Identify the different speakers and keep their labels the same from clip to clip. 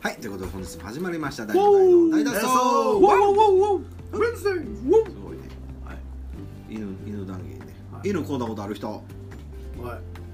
Speaker 1: はい、ということで本日も始まりました大の大の大脱走
Speaker 2: お
Speaker 1: わ
Speaker 2: お
Speaker 1: おすごいね、
Speaker 2: はい
Speaker 1: 犬犬談義ね、
Speaker 2: はい
Speaker 1: 犬こうだことある人
Speaker 2: は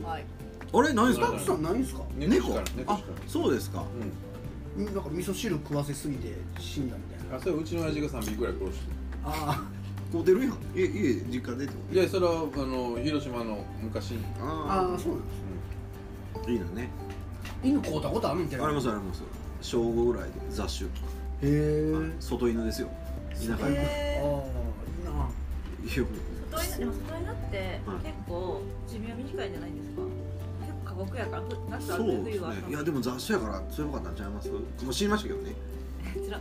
Speaker 2: い
Speaker 3: はい。
Speaker 1: あれ何です
Speaker 2: スタ
Speaker 1: か
Speaker 2: ッフさん何ですか
Speaker 1: 猫
Speaker 4: から猫
Speaker 1: あ
Speaker 4: しかない
Speaker 1: そうですか
Speaker 2: んなんか味噌汁食わせすぎて死んだみたい
Speaker 4: うん
Speaker 2: な
Speaker 4: あそれうちの親父が3匹ぐらい殺して
Speaker 2: あ
Speaker 1: こう出るやん家家実家でってこと
Speaker 4: いやそれはあの広島の昔に
Speaker 2: ああそ
Speaker 1: あ
Speaker 2: うなんです
Speaker 1: あいいのね
Speaker 2: 犬買うたことあるみたいな
Speaker 1: ありますあります正午ぐらいで雑種
Speaker 2: へえ
Speaker 1: 外犬ですよ田舎にいや
Speaker 2: ああ
Speaker 3: え
Speaker 2: いいな
Speaker 3: ー、外犬でも外犬って
Speaker 1: はい
Speaker 3: 結構寿命短いんじゃないですか。結構過酷やから夏は
Speaker 1: そう
Speaker 3: 暑い
Speaker 1: で
Speaker 3: 冬
Speaker 1: すね
Speaker 3: は寒
Speaker 1: いやでも雑種やから強かったんちゃいますもう知りましたけどね
Speaker 3: つら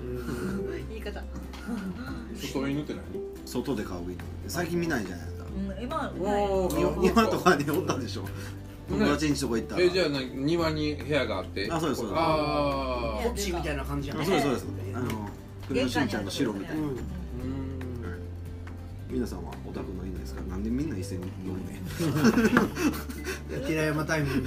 Speaker 3: 言い方。
Speaker 4: 外犬って何
Speaker 1: 外で飼う犬最近見ないじゃないですか
Speaker 3: うん今は
Speaker 4: おー
Speaker 3: ない
Speaker 4: い
Speaker 1: 日
Speaker 4: や
Speaker 1: 本とかにおったでしょ友達んちとこ行ったら
Speaker 4: えじゃあ何庭に部屋があって
Speaker 1: あそうですそうです
Speaker 4: あ
Speaker 2: こっちみたいな感じや
Speaker 1: あ
Speaker 2: ね
Speaker 1: そうですそうです
Speaker 2: え
Speaker 1: あ
Speaker 2: ー
Speaker 1: の国のしんちゃんの白みたいな
Speaker 2: うん
Speaker 4: ーうーん
Speaker 1: 皆さんはオタクの犬ですからなんでみんな一斉に飲んで
Speaker 2: いや寺山タイムに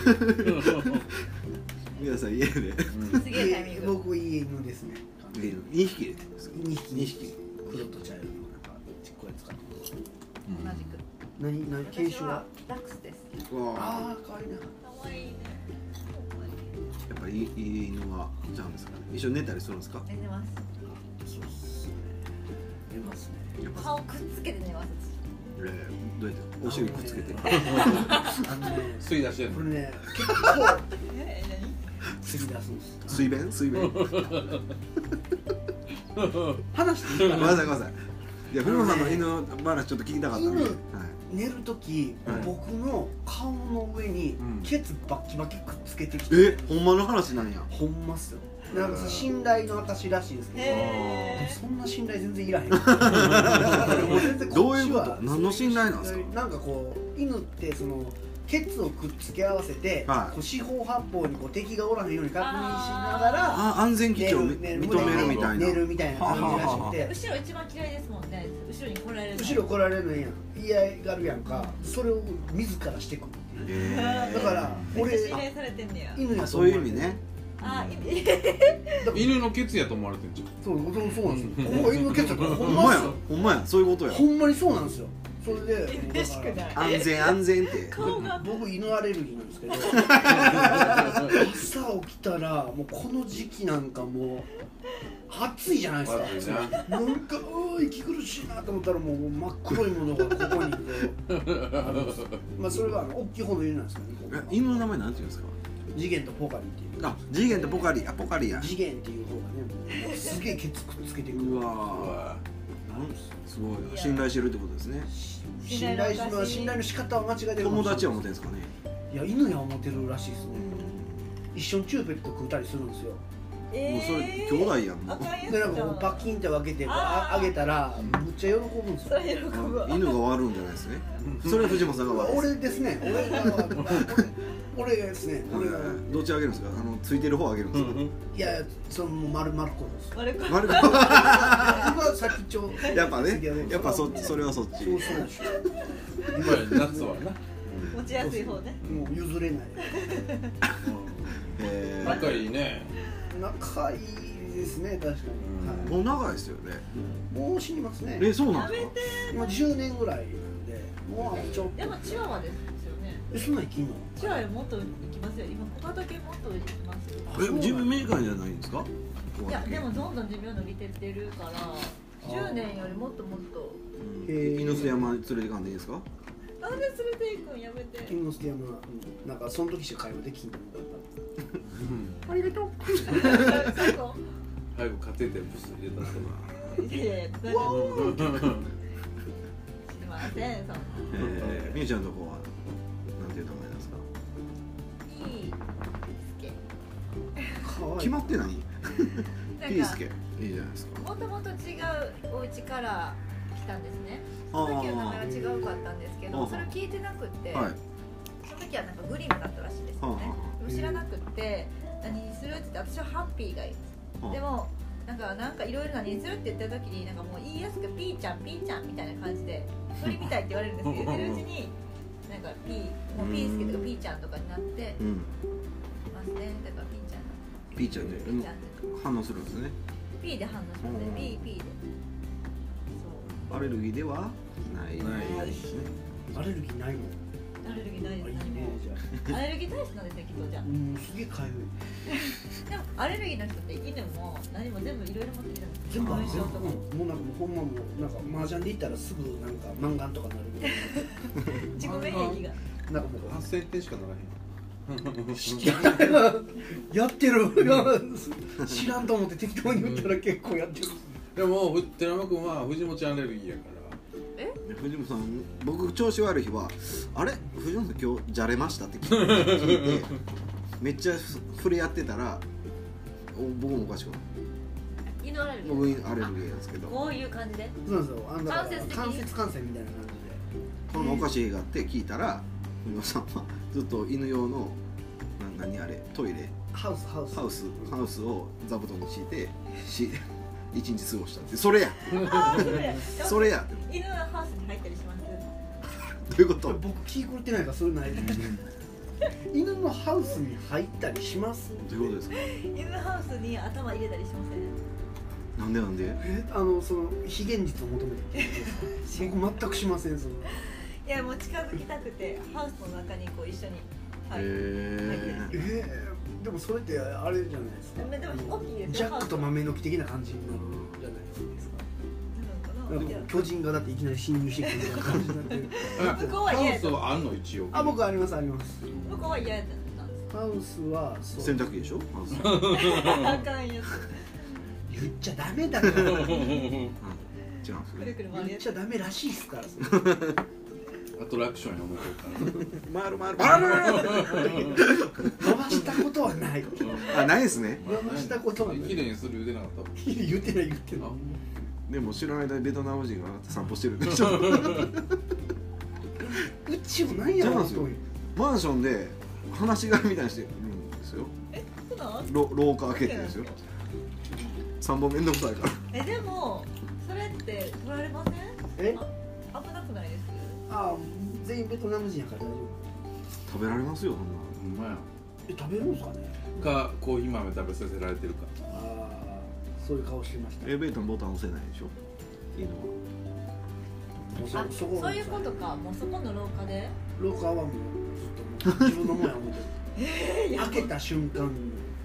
Speaker 1: 皆さん家で
Speaker 4: うん
Speaker 3: すげえタイミング。
Speaker 2: 僕いい犬ですね
Speaker 1: 2匹入れてるんですけど
Speaker 2: 二匹
Speaker 1: 二匹
Speaker 2: 黒と茶色のなんかちっこいやつか
Speaker 3: 同じく。
Speaker 2: 何何犬種は
Speaker 3: 私ダックスです。
Speaker 1: わあ
Speaker 2: ああ可愛いな
Speaker 3: 可愛いね。
Speaker 1: やっぱりいい犬はちゃうんですかね一緒に寝たりするんですか
Speaker 3: 寝てます。
Speaker 2: そうっすね出ますね
Speaker 1: やっぱ
Speaker 3: 顔くっつけて寝ます。
Speaker 1: えーどうやってお尻くっつけて
Speaker 2: あのね
Speaker 4: 吸い出してん
Speaker 2: こ
Speaker 4: の
Speaker 2: れね結構
Speaker 3: え
Speaker 2: 釣り出すんです
Speaker 1: 水便水便ご
Speaker 2: 話していい
Speaker 1: め
Speaker 2: か
Speaker 1: ん
Speaker 2: な
Speaker 1: なさいごめんなさいいや古野さんの犬の話ちょっと聞きたかったんで、は
Speaker 2: 犬
Speaker 1: い、
Speaker 2: 寝る時、
Speaker 1: はい
Speaker 2: 僕の顔の上に
Speaker 4: うん
Speaker 2: ケツバッキバキくっつけてきて、
Speaker 1: えほんまの話なんや
Speaker 2: ほんまっすよなんかさ信頼の証らしいんですけど、
Speaker 3: へ
Speaker 2: でも
Speaker 3: え
Speaker 2: そんな信頼全然いらへん だからもう全然こっちは
Speaker 1: どういうこと何の信頼なんですか
Speaker 2: なんかこう犬ってそのケツをくっつけ合わせて、
Speaker 1: はい
Speaker 2: こう四方八方にこう敵がおらへんように確認しながら
Speaker 1: あ安全基
Speaker 2: 寝
Speaker 1: 地を
Speaker 2: る
Speaker 1: 認
Speaker 2: 寝
Speaker 1: め
Speaker 2: る
Speaker 1: るみたいな
Speaker 2: 寝るみたいな感じらしくて
Speaker 3: 後ろ一番嫌いですもんね。後ろに来られるの。
Speaker 2: 後ろ来られるのやん嫌がるやんかそれを自らしてくるっていう
Speaker 1: えー
Speaker 2: だから
Speaker 3: めっちゃ信
Speaker 2: 俺
Speaker 3: 頼されてんねや。
Speaker 2: 犬や
Speaker 1: あ
Speaker 2: と
Speaker 1: そう
Speaker 2: 思
Speaker 1: い
Speaker 2: わ
Speaker 1: う
Speaker 2: れて
Speaker 1: 意味ね
Speaker 3: あ、いい。
Speaker 4: 犬のケツやと思われてんじゃん
Speaker 2: そうそうそうなんですよここが犬のケツやからほ
Speaker 1: ほ
Speaker 2: ん
Speaker 1: ん
Speaker 2: ま
Speaker 1: ま
Speaker 2: っ
Speaker 1: や
Speaker 2: すよ
Speaker 1: ほんまやそういうことや
Speaker 2: ほんまにそうなんですよそれで
Speaker 3: 嬉しくない。
Speaker 1: 安全安全って
Speaker 3: 顔が。
Speaker 2: 僕犬アレルギーなん ですけど朝起きたらもうこの時期なんかもう暑いじゃない
Speaker 4: 悪
Speaker 2: で
Speaker 4: い
Speaker 2: すかな
Speaker 4: な
Speaker 2: んかうー息苦しいなと思ったらもう真っ黒いものがここ にこうあるんですよまあそれはあの大きい方の犬なんですけどね
Speaker 1: え犬の名前なんていうんですか
Speaker 2: 次元とポカリっていう
Speaker 1: あ次元とポカリあポカリや
Speaker 2: 次元っていう方がねもうすげえケツくっつけてくる
Speaker 1: うわ
Speaker 4: あ
Speaker 1: ーなんすごい信頼してるってことですね
Speaker 2: 信頼しの信頼の仕方は間違えてるかも
Speaker 1: 友
Speaker 2: しれない
Speaker 1: 達は思ってんですかね
Speaker 2: いや犬や思ってるらしいですね一緒にチューペット食うたりするんですよ
Speaker 3: え
Speaker 1: もうそれ兄弟やんも
Speaker 3: あ
Speaker 1: う
Speaker 3: かんやつ
Speaker 2: で
Speaker 3: じゃ
Speaker 2: なんかこうパキンって分けてこうあ
Speaker 3: あー
Speaker 2: あげたらむっちゃ喜ぶんです
Speaker 3: そ
Speaker 2: よ
Speaker 3: れ喜ぶわ。
Speaker 1: 犬が悪るんじゃないですねそれは藤本さんが悪いです
Speaker 2: 俺ですね俺が俺俺ですね
Speaker 1: はい
Speaker 2: 俺が
Speaker 1: はいはいどっちあげるんですかあのついてる方あげるんですか
Speaker 2: いやそのもう丸丸子です
Speaker 3: 悪く。
Speaker 1: 悪く
Speaker 2: 僕は先っちょ
Speaker 1: やっぱね
Speaker 2: 次は
Speaker 1: やっぱそそれはそっち
Speaker 2: そうそうでし
Speaker 4: これ夏はな
Speaker 3: 持ちやすい方ね。
Speaker 2: ょもう譲れない
Speaker 1: えー
Speaker 4: 仲いいね
Speaker 2: 仲いいですね確かに、はい
Speaker 1: もう長いですよね
Speaker 2: もう死にますね
Speaker 1: えそうな
Speaker 3: や
Speaker 1: んです
Speaker 3: め
Speaker 1: か
Speaker 3: て。
Speaker 2: 今10年ぐらいなんでもうちょっ
Speaker 3: でも
Speaker 2: と
Speaker 3: チワワですよね。
Speaker 2: えそんなん昨日
Speaker 3: チワワもっと行きますよ。今小型犬もっと行きますよ。
Speaker 1: え自分メーカーじゃないんですか
Speaker 3: いやでもどんどん寿命伸びてってるから、10年よりもっともっと。
Speaker 1: うん
Speaker 2: へー
Speaker 1: 犬捨て山に連れてかんでいいですか
Speaker 3: なんで連れて行くんや めて。
Speaker 2: 金之助山うんなんかその時しか会話できんの
Speaker 3: ありがとう。最後。
Speaker 4: 早く勝ててブス入れたと
Speaker 3: いやいやいや。なんか
Speaker 4: か
Speaker 3: 知りません。そん
Speaker 1: えーみゆちゃんのとこはなんていう名前なんですか
Speaker 3: な。いい。
Speaker 2: かわい
Speaker 1: 決
Speaker 2: い
Speaker 1: まってない
Speaker 3: なんか
Speaker 1: ピースケいいじゃないですか
Speaker 3: もともと違うお家から来たんですね。
Speaker 1: あ
Speaker 3: その時は名前が違うかったんですけ
Speaker 1: あ
Speaker 3: ど、
Speaker 1: ー
Speaker 3: それを聞いてなくって、
Speaker 1: ーはい
Speaker 3: その時はなんかグリムだったらしいですよね。
Speaker 2: あ
Speaker 3: でも知らなくって何にするって言って私はハッピーがいい。
Speaker 1: あ
Speaker 3: でもなんかなんかいろいろ何にするって言った時になんかもう言いやすくピーちゃんピーちゃんみたいな感じで鳥みたいって言われるんですけど、言ってるうちになんかピーもうピースケとかピーちゃんとかになって
Speaker 1: うん
Speaker 3: ますね。だからピーちゃんになってます。
Speaker 1: ピーちゃんで
Speaker 3: ピーちゃんって
Speaker 1: 反応するんですね
Speaker 3: P で反応して
Speaker 1: うん
Speaker 3: て PP で
Speaker 1: アレルギーではない
Speaker 4: ない
Speaker 1: ですね
Speaker 2: アレルギーないの
Speaker 3: そうアレルギーない
Speaker 2: あい
Speaker 3: で
Speaker 2: い
Speaker 3: す何
Speaker 2: ね
Speaker 3: も
Speaker 2: じゃ
Speaker 3: アレルギー体質なんですねきっとじゃ
Speaker 2: あうんすげえかゆい
Speaker 3: あでもアレルギーの人って犬も何も全部いろいろ持ってきたんです
Speaker 2: 全部ある
Speaker 3: 花粉症とかも
Speaker 2: うんもうなんかもうほんまもうなんか麻雀で行ったらすぐなんかマンガンとかなるみたい
Speaker 3: 自己免疫が
Speaker 2: ななんかもう
Speaker 4: 発生点しかならへ
Speaker 2: やってる 知らんと思って適当に打ったら結構やってる
Speaker 4: んでもふ寺山君は藤本ちゃんアレルギーやから
Speaker 1: 藤本さん僕調子悪い日は「あれ藤本さん今日じゃれました?」って聞いてめっちゃ触れ合ってたらお僕もおかしくない
Speaker 3: 犬のアレルギ
Speaker 1: 僕
Speaker 3: ー
Speaker 1: アレルギーなんですけど
Speaker 3: こういう感じで
Speaker 2: そうなんですよあのだから
Speaker 3: 間接的に
Speaker 2: 間接感染みたいな感
Speaker 1: このおかしい日があって聞いたら藤本さんはずっと犬用のなん何あれトイレ
Speaker 2: じでハウスハウス
Speaker 1: ハウスハウスを座布団に敷いてし 一日過ごしたってそれや
Speaker 3: ああそれ
Speaker 1: それやって
Speaker 3: 犬のハウスに入ったりします
Speaker 1: どういうこと
Speaker 2: 僕気狂ってないからそれない犬のハウスに入ったりします
Speaker 1: どういうことですか
Speaker 3: 犬のハウスに頭入れたりしま
Speaker 1: なんでなんで
Speaker 2: えあのその非現実を求めてる
Speaker 3: せん
Speaker 2: 僕全くしませんその
Speaker 3: いやもう近づきたくてハウスの中にこう一緒に入る
Speaker 1: へえ
Speaker 2: えー、でもそれってあれじゃないですか
Speaker 3: でも大きいですよ
Speaker 2: ジャックと豆の木的な感じになるじゃないですか
Speaker 3: な
Speaker 2: なんん
Speaker 3: か
Speaker 2: か
Speaker 3: な
Speaker 2: 巨人がだっていきなり侵入してくるみたいな感じになってる
Speaker 3: 向こうは嫌
Speaker 4: ハ
Speaker 3: や
Speaker 4: ウスはあんの一応
Speaker 2: あ僕ありますあります
Speaker 3: 向こうは嫌やったんです
Speaker 2: ハウスはそう
Speaker 1: 洗濯機でしょハウス
Speaker 3: あかんやつ
Speaker 2: 言っちゃダメだから
Speaker 1: うん違うんです
Speaker 3: く
Speaker 1: よ
Speaker 3: る
Speaker 1: ね
Speaker 3: くる回るや
Speaker 2: 言っちゃ
Speaker 3: つ
Speaker 2: ダメらしいですからそれ
Speaker 4: アトラクションや思うて
Speaker 1: 回る回る回る
Speaker 2: 回したことはない
Speaker 1: あないですね
Speaker 2: 回したことはない
Speaker 4: 綺麗にする言うてなかった
Speaker 2: 言ってない言ってない
Speaker 1: でも知らない間にベトナム人が散歩してるんでしょ
Speaker 2: うちもなんやろ
Speaker 1: そうなん
Speaker 2: 本
Speaker 1: マンションで話し飼いみたいにしてるんですよ
Speaker 3: そうなの
Speaker 1: ろ廊下開けてですよ散歩めんどくさいから
Speaker 3: えでもそれって取られません
Speaker 2: 当にえ
Speaker 3: あ危なくないです
Speaker 2: あ全員ベトナム人やから大丈夫
Speaker 1: 食べられますよそんな
Speaker 4: ほんまや
Speaker 2: え食べるんですかね
Speaker 4: かコーヒー豆食べさせられてるか
Speaker 2: ああそういう顔してました
Speaker 1: エレベーターのボタン押せないでしょいいのは
Speaker 2: もう
Speaker 3: あ
Speaker 2: そこ
Speaker 3: そういうことかもうそこの廊下で
Speaker 2: 廊下はもうずっともう自分のもんや思って
Speaker 3: え
Speaker 2: る開けた瞬間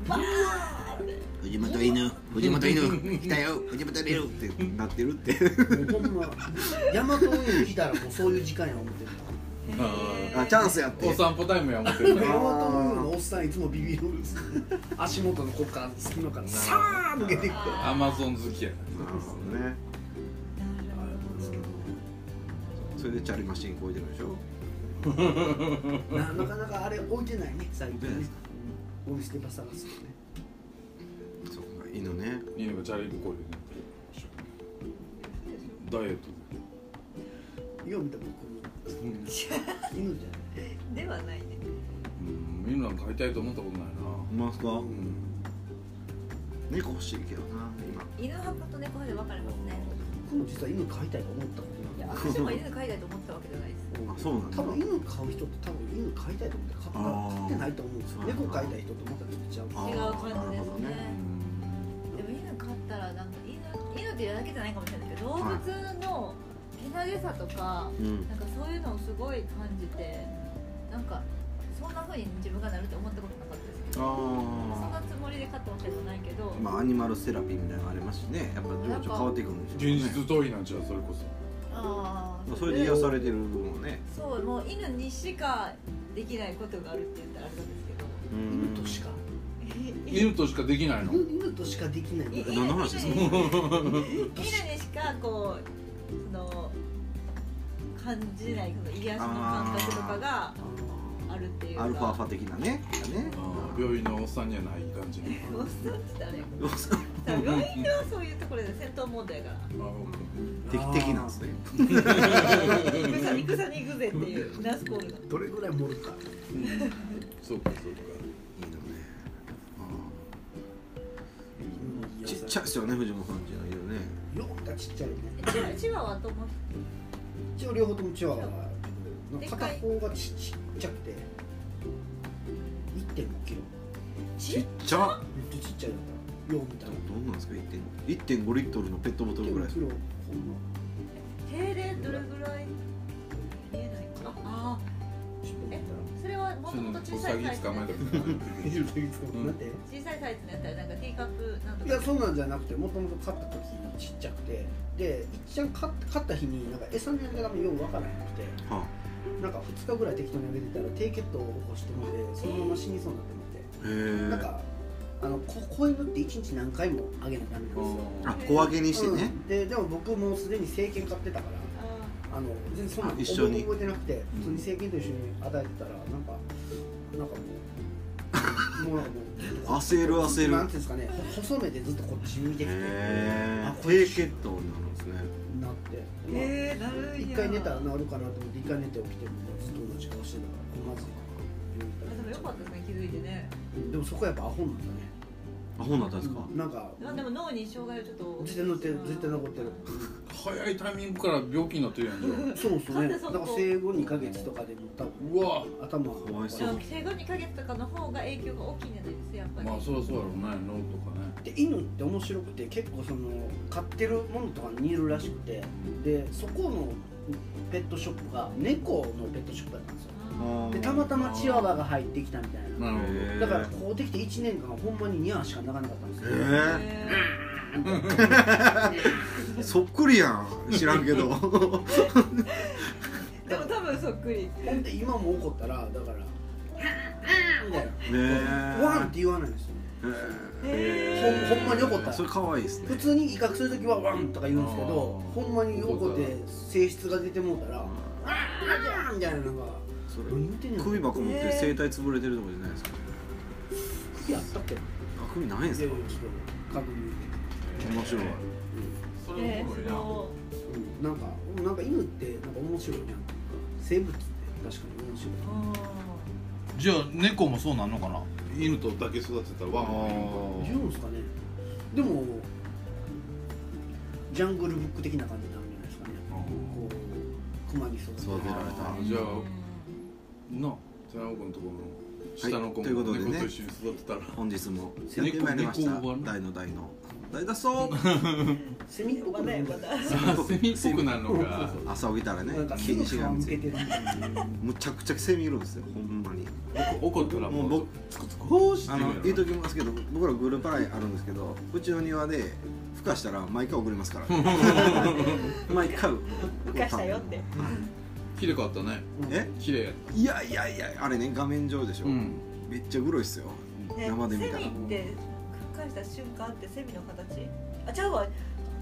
Speaker 3: バーって
Speaker 1: 藤本犬藤本犬来たよ藤本犬ってなってるって
Speaker 2: もうほんま大和運輸来たらもうそういう時間や思ってる
Speaker 3: へー
Speaker 1: あチャンスやって
Speaker 4: お散歩タイムや思ってる
Speaker 2: 大
Speaker 4: な
Speaker 2: 和運輸のおっさんいつもビビるんです足元のこっから隙間からさあ抜けていくから
Speaker 4: アマゾン好きや
Speaker 1: なるほどね
Speaker 3: なるほど
Speaker 1: それでチャリマシンこいてるでしょ
Speaker 2: ななかなかあれ置いてないね最
Speaker 1: 置いてな
Speaker 2: 近
Speaker 1: いで
Speaker 2: ね
Speaker 1: すか
Speaker 2: ゴミ捨て場探すとね
Speaker 1: そっか犬ね
Speaker 4: 犬がチャリンコで乗ってるでしょダイエット
Speaker 2: よう見た僕
Speaker 4: うん
Speaker 2: 犬じゃない
Speaker 3: ではないね
Speaker 4: うん犬なんか飼いたいと思ったことない
Speaker 1: いますか
Speaker 4: なうん
Speaker 1: 猫欲しいけどな今
Speaker 3: 犬派と猫派で分かれますね
Speaker 2: 僕も実は犬飼いたいと思ったこ
Speaker 3: い
Speaker 2: と
Speaker 3: や
Speaker 2: な
Speaker 3: 私も犬飼いたいと思ったわけじゃないです
Speaker 1: あそうなんだ
Speaker 2: 多分犬飼う人って多分犬飼いたいと思って飼った
Speaker 1: あー
Speaker 2: 飼ってないと思うんですよ
Speaker 1: そうなんだ
Speaker 2: 猫飼いたい人と思ったらちょっとちゃう
Speaker 1: あ
Speaker 3: 違う感じですね
Speaker 4: うん
Speaker 3: でも犬飼ったらなんか犬犬っていうだけじゃないかもしれないけど動物のけなげさとか
Speaker 1: うん
Speaker 3: なんかそういうのをすごい感じてなんかそんな風に自分がなるって思ったことなかったですけどそんな
Speaker 1: あ
Speaker 3: つもりで飼ったわけじゃないけど、
Speaker 1: あまあアニマルセラピーみたいなのありますしねやっぱ情緒変わっていくんでしょうね
Speaker 4: 現実逃避なんちゃうそれこそ
Speaker 3: あ
Speaker 1: ま
Speaker 3: あ
Speaker 1: あそれで癒されてる部分もね
Speaker 3: そうもう犬にしかできないことがあるって言ったらあれなんですけど
Speaker 2: 犬としか
Speaker 4: 犬としかできないの
Speaker 2: 犬犬としかできない
Speaker 3: いい
Speaker 1: 何の話ですか
Speaker 3: 犬に
Speaker 2: 犬
Speaker 3: 見
Speaker 2: と
Speaker 3: るに
Speaker 2: し
Speaker 3: しかこうその感じないこの癒しの感覚とかがあるっていうか
Speaker 1: アルファーファ的なねね
Speaker 4: うん病院のおっさんにはない感じの
Speaker 3: おっさんって誰
Speaker 1: 要するに
Speaker 3: 病院ではそういうところで戦闘モードやから
Speaker 4: あ
Speaker 1: 敵的なんですね
Speaker 3: 戦に戦に行くぜっていうナースコールの
Speaker 2: どれぐらい盛るか
Speaker 4: うんそうかそうか
Speaker 1: いいのねあ
Speaker 2: うん
Speaker 1: あちっちゃいですよね藤本さんっていうのは犬ね
Speaker 2: よう見たらちっちゃいね
Speaker 3: チワチワワと思って
Speaker 2: 一応両方ともチワワは
Speaker 3: でっか
Speaker 2: 片
Speaker 3: い
Speaker 2: 方がちちっちゃくて1 5キロ
Speaker 1: ち
Speaker 3: ち
Speaker 1: っちゃ
Speaker 2: めっちゃちっちゃいだったよう見た
Speaker 1: ど
Speaker 2: ら
Speaker 1: どんなんですか1.5 1.5リットルのペットボトルぐらい
Speaker 2: 手袋ほんま
Speaker 3: 停電どれぐらい見えないかあ
Speaker 2: ちょっと見たら
Speaker 3: あそれはもともと小
Speaker 4: ウ
Speaker 3: さ
Speaker 4: サ
Speaker 3: い
Speaker 4: ギ
Speaker 3: サイズ
Speaker 4: 捕まえたみたいな
Speaker 2: 見るだけですか
Speaker 4: うん
Speaker 2: なんて
Speaker 3: 小さいサイズのやったらなんかティーカップなんと
Speaker 2: い
Speaker 3: か
Speaker 2: やそうなんじゃなくてもともと買った時ちっちゃくてで一ちゃん買った買った日になんか餌のやり方もようわからなくて
Speaker 1: は
Speaker 2: なんか2日ぐらい適当にあげてたら低血糖を起こしてもでそのまま死にそうになってもってなん
Speaker 1: あへえ
Speaker 2: かあのここういうのって1日何回もあげなダメなんですよ
Speaker 1: あ 小分けにしてね、
Speaker 2: うんででも僕もうすでに政権買ってたから
Speaker 3: あ
Speaker 2: あの全然そんな
Speaker 1: あ
Speaker 2: の
Speaker 1: 一緒に
Speaker 2: 覚えてなくて
Speaker 1: う
Speaker 2: 普
Speaker 1: ん
Speaker 2: 通に政権と一緒に与えてたらなんかなんかもうもうなんかもう
Speaker 1: 焦る焦る
Speaker 2: なんていうんですかね細めでずっとこっち向いてきて
Speaker 1: へ
Speaker 2: あ
Speaker 1: え
Speaker 2: これ
Speaker 1: 低血糖になるんですね
Speaker 2: なって
Speaker 3: ーへえな
Speaker 2: まあ
Speaker 3: るんや
Speaker 2: 一回寝たら治るかなと思って一回寝て起きてもずっと同じ顔してたからこれまずい
Speaker 3: あでもよかったですね気づいてね
Speaker 2: でもそこはやっぱアホなんだね
Speaker 1: アホになったんですか
Speaker 2: なんか
Speaker 3: まあでも脳に障害をちょっと
Speaker 2: 絶対乗ってる絶対残ってる
Speaker 4: 早いタイミングから病気になってるやんじゃ
Speaker 2: そうそうね
Speaker 3: だって
Speaker 2: なん
Speaker 3: そこ
Speaker 2: か生後2ヶ月とかでも多分
Speaker 4: うわ
Speaker 2: 頭が
Speaker 1: かわい
Speaker 3: で
Speaker 1: そ
Speaker 3: も生後2ヶ月とかの方が影響が大きいんじゃないですかやっぱり、
Speaker 4: まあそりゃそうやろうね脳とかね
Speaker 2: で犬って面白くて結構その飼ってるものとかに似るらしくてでそこのペットショップが猫のペットショップだったんですよ
Speaker 3: あ
Speaker 2: でたまたまチワワが入ってきたみたいな
Speaker 4: なるほど
Speaker 2: だからこうできて1年間ほんまにニャーしか鳴かなかったんですよ
Speaker 1: え
Speaker 3: ー
Speaker 1: ー
Speaker 3: へ
Speaker 1: そっくりやん知らんけ ど
Speaker 3: ーでも多分そっくり
Speaker 2: ほんで今も怒ったらだからみたい
Speaker 1: ねえ
Speaker 2: なワンって言わないんですよね
Speaker 1: え
Speaker 2: ほんほんまに怒った
Speaker 1: それ可愛いですね
Speaker 2: 普通に威嚇する時はワンとか言うんですけど
Speaker 4: あー
Speaker 2: ほんまに怒って性質が出てもうたらあーみたいなのが
Speaker 1: そ
Speaker 2: 何言
Speaker 1: れ
Speaker 2: ってんの
Speaker 1: 首箱持って声帯潰れてるとこじゃないですか
Speaker 2: やったっけ
Speaker 1: あ首ないんです
Speaker 2: で
Speaker 1: か
Speaker 2: もちょっと確認
Speaker 1: 面白い
Speaker 4: そ
Speaker 3: えー、
Speaker 4: な
Speaker 3: そ
Speaker 2: うんなんかなんか犬ってなんか面白いな生物って確かに面白いう
Speaker 3: う
Speaker 5: じゃあ猫もそうなんのかな
Speaker 4: 犬とだけ育てたらワンワン
Speaker 2: 言うんですかねでもジャングルブック的な感じになるんじゃないですかねこう熊に育て
Speaker 1: 育てられた
Speaker 4: あじゃあ
Speaker 3: ん
Speaker 4: な寺尾君のとこの下の
Speaker 1: は
Speaker 4: 子
Speaker 1: いということ
Speaker 4: も
Speaker 1: でね
Speaker 4: 猫と一緒に育て たら
Speaker 1: 本日も
Speaker 4: 猫
Speaker 1: やってまいりました
Speaker 4: 猫はね
Speaker 1: 大の大の大だそう
Speaker 2: セミっぽく
Speaker 3: まだ
Speaker 2: ない
Speaker 3: よ
Speaker 2: か
Speaker 3: まだ
Speaker 4: あセミっぽくなるのか
Speaker 1: 朝起きたらね
Speaker 2: なんか
Speaker 1: 毛
Speaker 2: すぐ
Speaker 1: にしが
Speaker 2: 顔
Speaker 1: み
Speaker 2: 向
Speaker 1: つ
Speaker 2: け
Speaker 1: い
Speaker 2: て
Speaker 1: て
Speaker 2: るみたいな
Speaker 1: むちゃくちゃセミいるんですよほんまに
Speaker 4: 怒った
Speaker 1: も
Speaker 4: ら
Speaker 1: う
Speaker 4: もう
Speaker 1: 僕
Speaker 4: つくつくほーし
Speaker 1: あ
Speaker 4: て言う
Speaker 1: の
Speaker 4: やろ
Speaker 1: 言うときますけど僕らグループラインあるんですけどうちの庭で孵化したら毎回送りますから毎回
Speaker 3: 浮かしたよって
Speaker 4: 綺麗かったね
Speaker 1: え
Speaker 4: 綺麗やっ
Speaker 1: いやいやいやあれね画面上でしょ、
Speaker 4: たうん
Speaker 1: めっちゃグロいっすよ
Speaker 3: ね
Speaker 1: 生で見たら
Speaker 3: セミって繰り返した瞬間ってセミの形あちゃうわ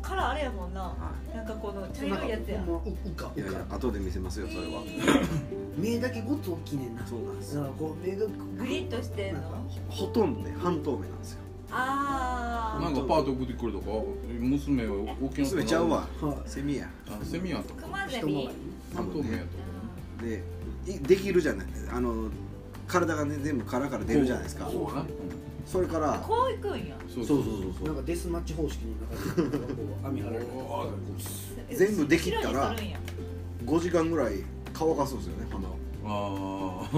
Speaker 3: カラーあれやもんな
Speaker 1: は
Speaker 3: なんかこの茶
Speaker 2: なんか
Speaker 3: 色いやつや
Speaker 2: ほんまううか
Speaker 1: いうやいや
Speaker 2: か
Speaker 1: 後で見せますよそれは
Speaker 2: 目だけごっつ大きいねんな
Speaker 1: そうなんです
Speaker 2: なんかこう目が
Speaker 3: グリッとしてん
Speaker 2: なんか
Speaker 3: の
Speaker 1: ほとんどね半透明なんですよ
Speaker 3: あ
Speaker 4: な
Speaker 3: あ
Speaker 4: んかパート送ってくるとか娘は沖縄
Speaker 1: 娘ちゃうわ
Speaker 2: は
Speaker 1: セミや
Speaker 4: あセミやった
Speaker 3: ク
Speaker 4: か
Speaker 3: マゼ
Speaker 2: 人回
Speaker 3: ミ
Speaker 2: り
Speaker 4: 半透明やっ
Speaker 1: でいできるじゃないあの体がね全部殻から
Speaker 4: た
Speaker 1: 出るじゃないですか
Speaker 4: そうな
Speaker 1: それから
Speaker 3: こういくんや
Speaker 4: そう
Speaker 1: そ
Speaker 4: そうう
Speaker 1: そ
Speaker 4: そう
Speaker 1: そうそ
Speaker 2: なん
Speaker 1: う
Speaker 2: かデスマッチ方式の中でなんかこう網張られて
Speaker 4: あ
Speaker 1: 全部できたら
Speaker 3: 後ろにするんや
Speaker 1: 5時間ぐらい乾かすんですよね鼻を
Speaker 4: あ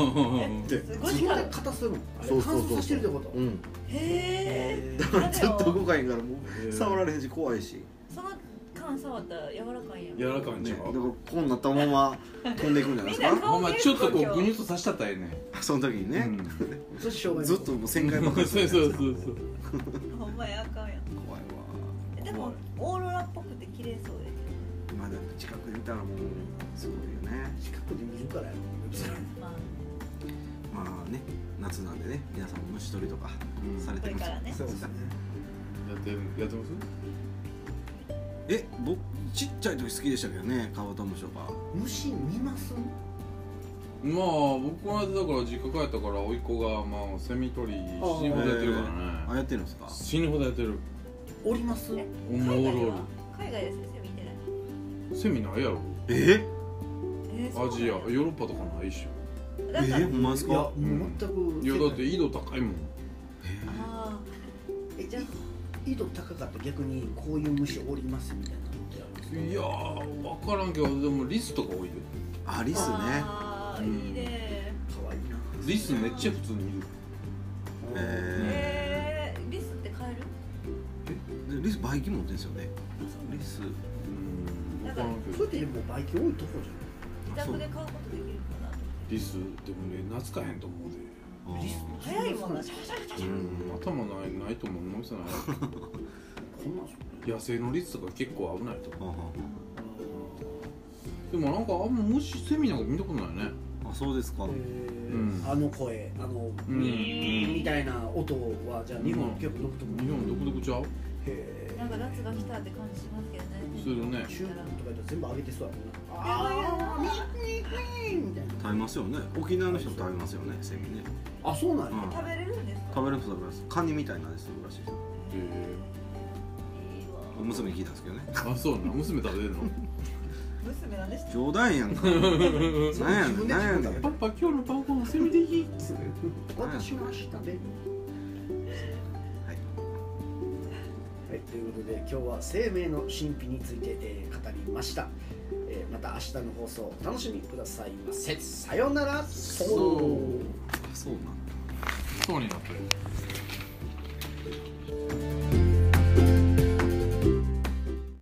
Speaker 3: え
Speaker 1: で
Speaker 3: 5
Speaker 2: 自
Speaker 3: 時
Speaker 2: 分で
Speaker 3: 間
Speaker 2: 片するのあれ
Speaker 1: そ
Speaker 2: 乾
Speaker 1: うそうそ
Speaker 2: 燥
Speaker 1: う
Speaker 2: させてるってこと
Speaker 1: うん
Speaker 3: へえ
Speaker 2: え
Speaker 1: だからずっと動かへんからもう
Speaker 4: ー
Speaker 1: 触られへんし怖いし
Speaker 3: その間触ったら柔らかいんや
Speaker 4: 柔らかいん
Speaker 1: ね
Speaker 4: ち
Speaker 1: だ
Speaker 4: ゃ
Speaker 1: から
Speaker 4: う
Speaker 1: こうなったまま飛んでいくんじゃないで す
Speaker 3: みんな
Speaker 1: か
Speaker 4: ほんまちょっとこうグニュッとさしたったらええね
Speaker 1: その時にね、
Speaker 2: それ障害
Speaker 1: ずっともう旋回ばっか
Speaker 4: そう
Speaker 1: りす
Speaker 4: そう
Speaker 1: るじゃ
Speaker 4: そ
Speaker 1: ないうですか
Speaker 4: そう
Speaker 3: ほんまやあかんやん
Speaker 1: 怖いわ
Speaker 3: えでもオーロラっぽくて綺麗そうで
Speaker 1: まあでも近くで見たらもうすごいよね
Speaker 2: 近くで見るからや
Speaker 3: まあ
Speaker 1: まあね夏なんでね皆さんも虫取りとかされて
Speaker 3: これ
Speaker 1: ます
Speaker 3: からね
Speaker 2: そうですね
Speaker 4: やってやってます
Speaker 1: え僕ちっちゃい時好きでしたけどねカブトムシとか
Speaker 2: 虫見ます
Speaker 4: まあ僕この間だから実家帰ったから甥っ子がまあセミ取り死ぬほどやってるから
Speaker 1: あ
Speaker 4: ね
Speaker 1: やってるんですか
Speaker 4: 死ぬほどやってる
Speaker 2: おります
Speaker 3: え
Speaker 4: おも
Speaker 3: 海外
Speaker 4: ろ
Speaker 3: は海外ですセミってない
Speaker 4: るセミないやろ
Speaker 1: え
Speaker 3: えーそう
Speaker 4: ア
Speaker 3: なん
Speaker 4: ジア
Speaker 3: や
Speaker 4: ヨーロッパとかないっし
Speaker 1: え
Speaker 3: なんか
Speaker 1: ほんまです
Speaker 2: いやも
Speaker 1: か
Speaker 2: う全
Speaker 4: ょ
Speaker 2: く
Speaker 4: いやだって緯度高いもん
Speaker 3: あ
Speaker 2: えじゃあ緯度高かったら逆にこういう虫おりますみたいなのってあるんですか
Speaker 4: いやー分からんけどでもリスとか多いよ
Speaker 1: アリ
Speaker 3: ー
Speaker 1: スね
Speaker 3: あーいいね
Speaker 2: 可愛いな
Speaker 4: リスめっちゃ普通にいる
Speaker 1: え
Speaker 3: えー、リスって買える
Speaker 1: ーでリスバイキン持ってんですよねリス
Speaker 4: うん
Speaker 3: なんか
Speaker 4: 分からんけ
Speaker 2: それ
Speaker 4: ど
Speaker 2: ってでもバイキン多いとこ
Speaker 3: 自宅で買うことできるかなと
Speaker 4: リスでもね懐かへんと思うで
Speaker 1: あ
Speaker 2: リス
Speaker 1: ー
Speaker 3: 早いもんなシャカシャカシャカシャ
Speaker 1: うん
Speaker 4: 頭ないないと思う脳みそない
Speaker 2: じゃんこんなんすよね
Speaker 4: 野生のリスとか結構危ないと思う
Speaker 1: あ
Speaker 4: でもなんかあんま虫セミなんか見たことないね
Speaker 1: ーあそうですか、
Speaker 2: あー
Speaker 4: うん
Speaker 2: あの声あの
Speaker 4: うん
Speaker 2: みたいな音はじゃあ日本
Speaker 4: うん
Speaker 2: 結構独特
Speaker 4: 日本独特ちゃう
Speaker 2: へえ
Speaker 3: なんか夏が来たって感じしますけどね
Speaker 4: する
Speaker 2: 中
Speaker 4: ね
Speaker 2: 国とか言ったら全部上げてそうやもんな
Speaker 3: やばいや
Speaker 2: あーミーミーミーみたいな
Speaker 1: 食べますよね沖縄の人も食べますよねセミね
Speaker 2: あそうなんや
Speaker 1: うん
Speaker 3: 食べれるんですか
Speaker 1: 食べる人食べますカニみたいな味するらしいです
Speaker 4: え
Speaker 3: いいわ
Speaker 1: 娘に聞いたんですけどね
Speaker 4: ー、あそうな娘食べ てんの
Speaker 3: 娘なんでした
Speaker 1: 冗談やんか
Speaker 2: それ
Speaker 1: なんやね
Speaker 2: 自
Speaker 1: ん
Speaker 2: 分で
Speaker 1: なんやねん
Speaker 2: 自分で
Speaker 4: パパ今日の晩ご飯セミでいいっつって
Speaker 2: 私は下で。
Speaker 1: はい
Speaker 2: はい、ということで今日は生命の神秘について、えー語りました、えーまた明日の放送お楽しみくださいませさようなら
Speaker 4: う
Speaker 1: そうなんだ
Speaker 4: そうになってる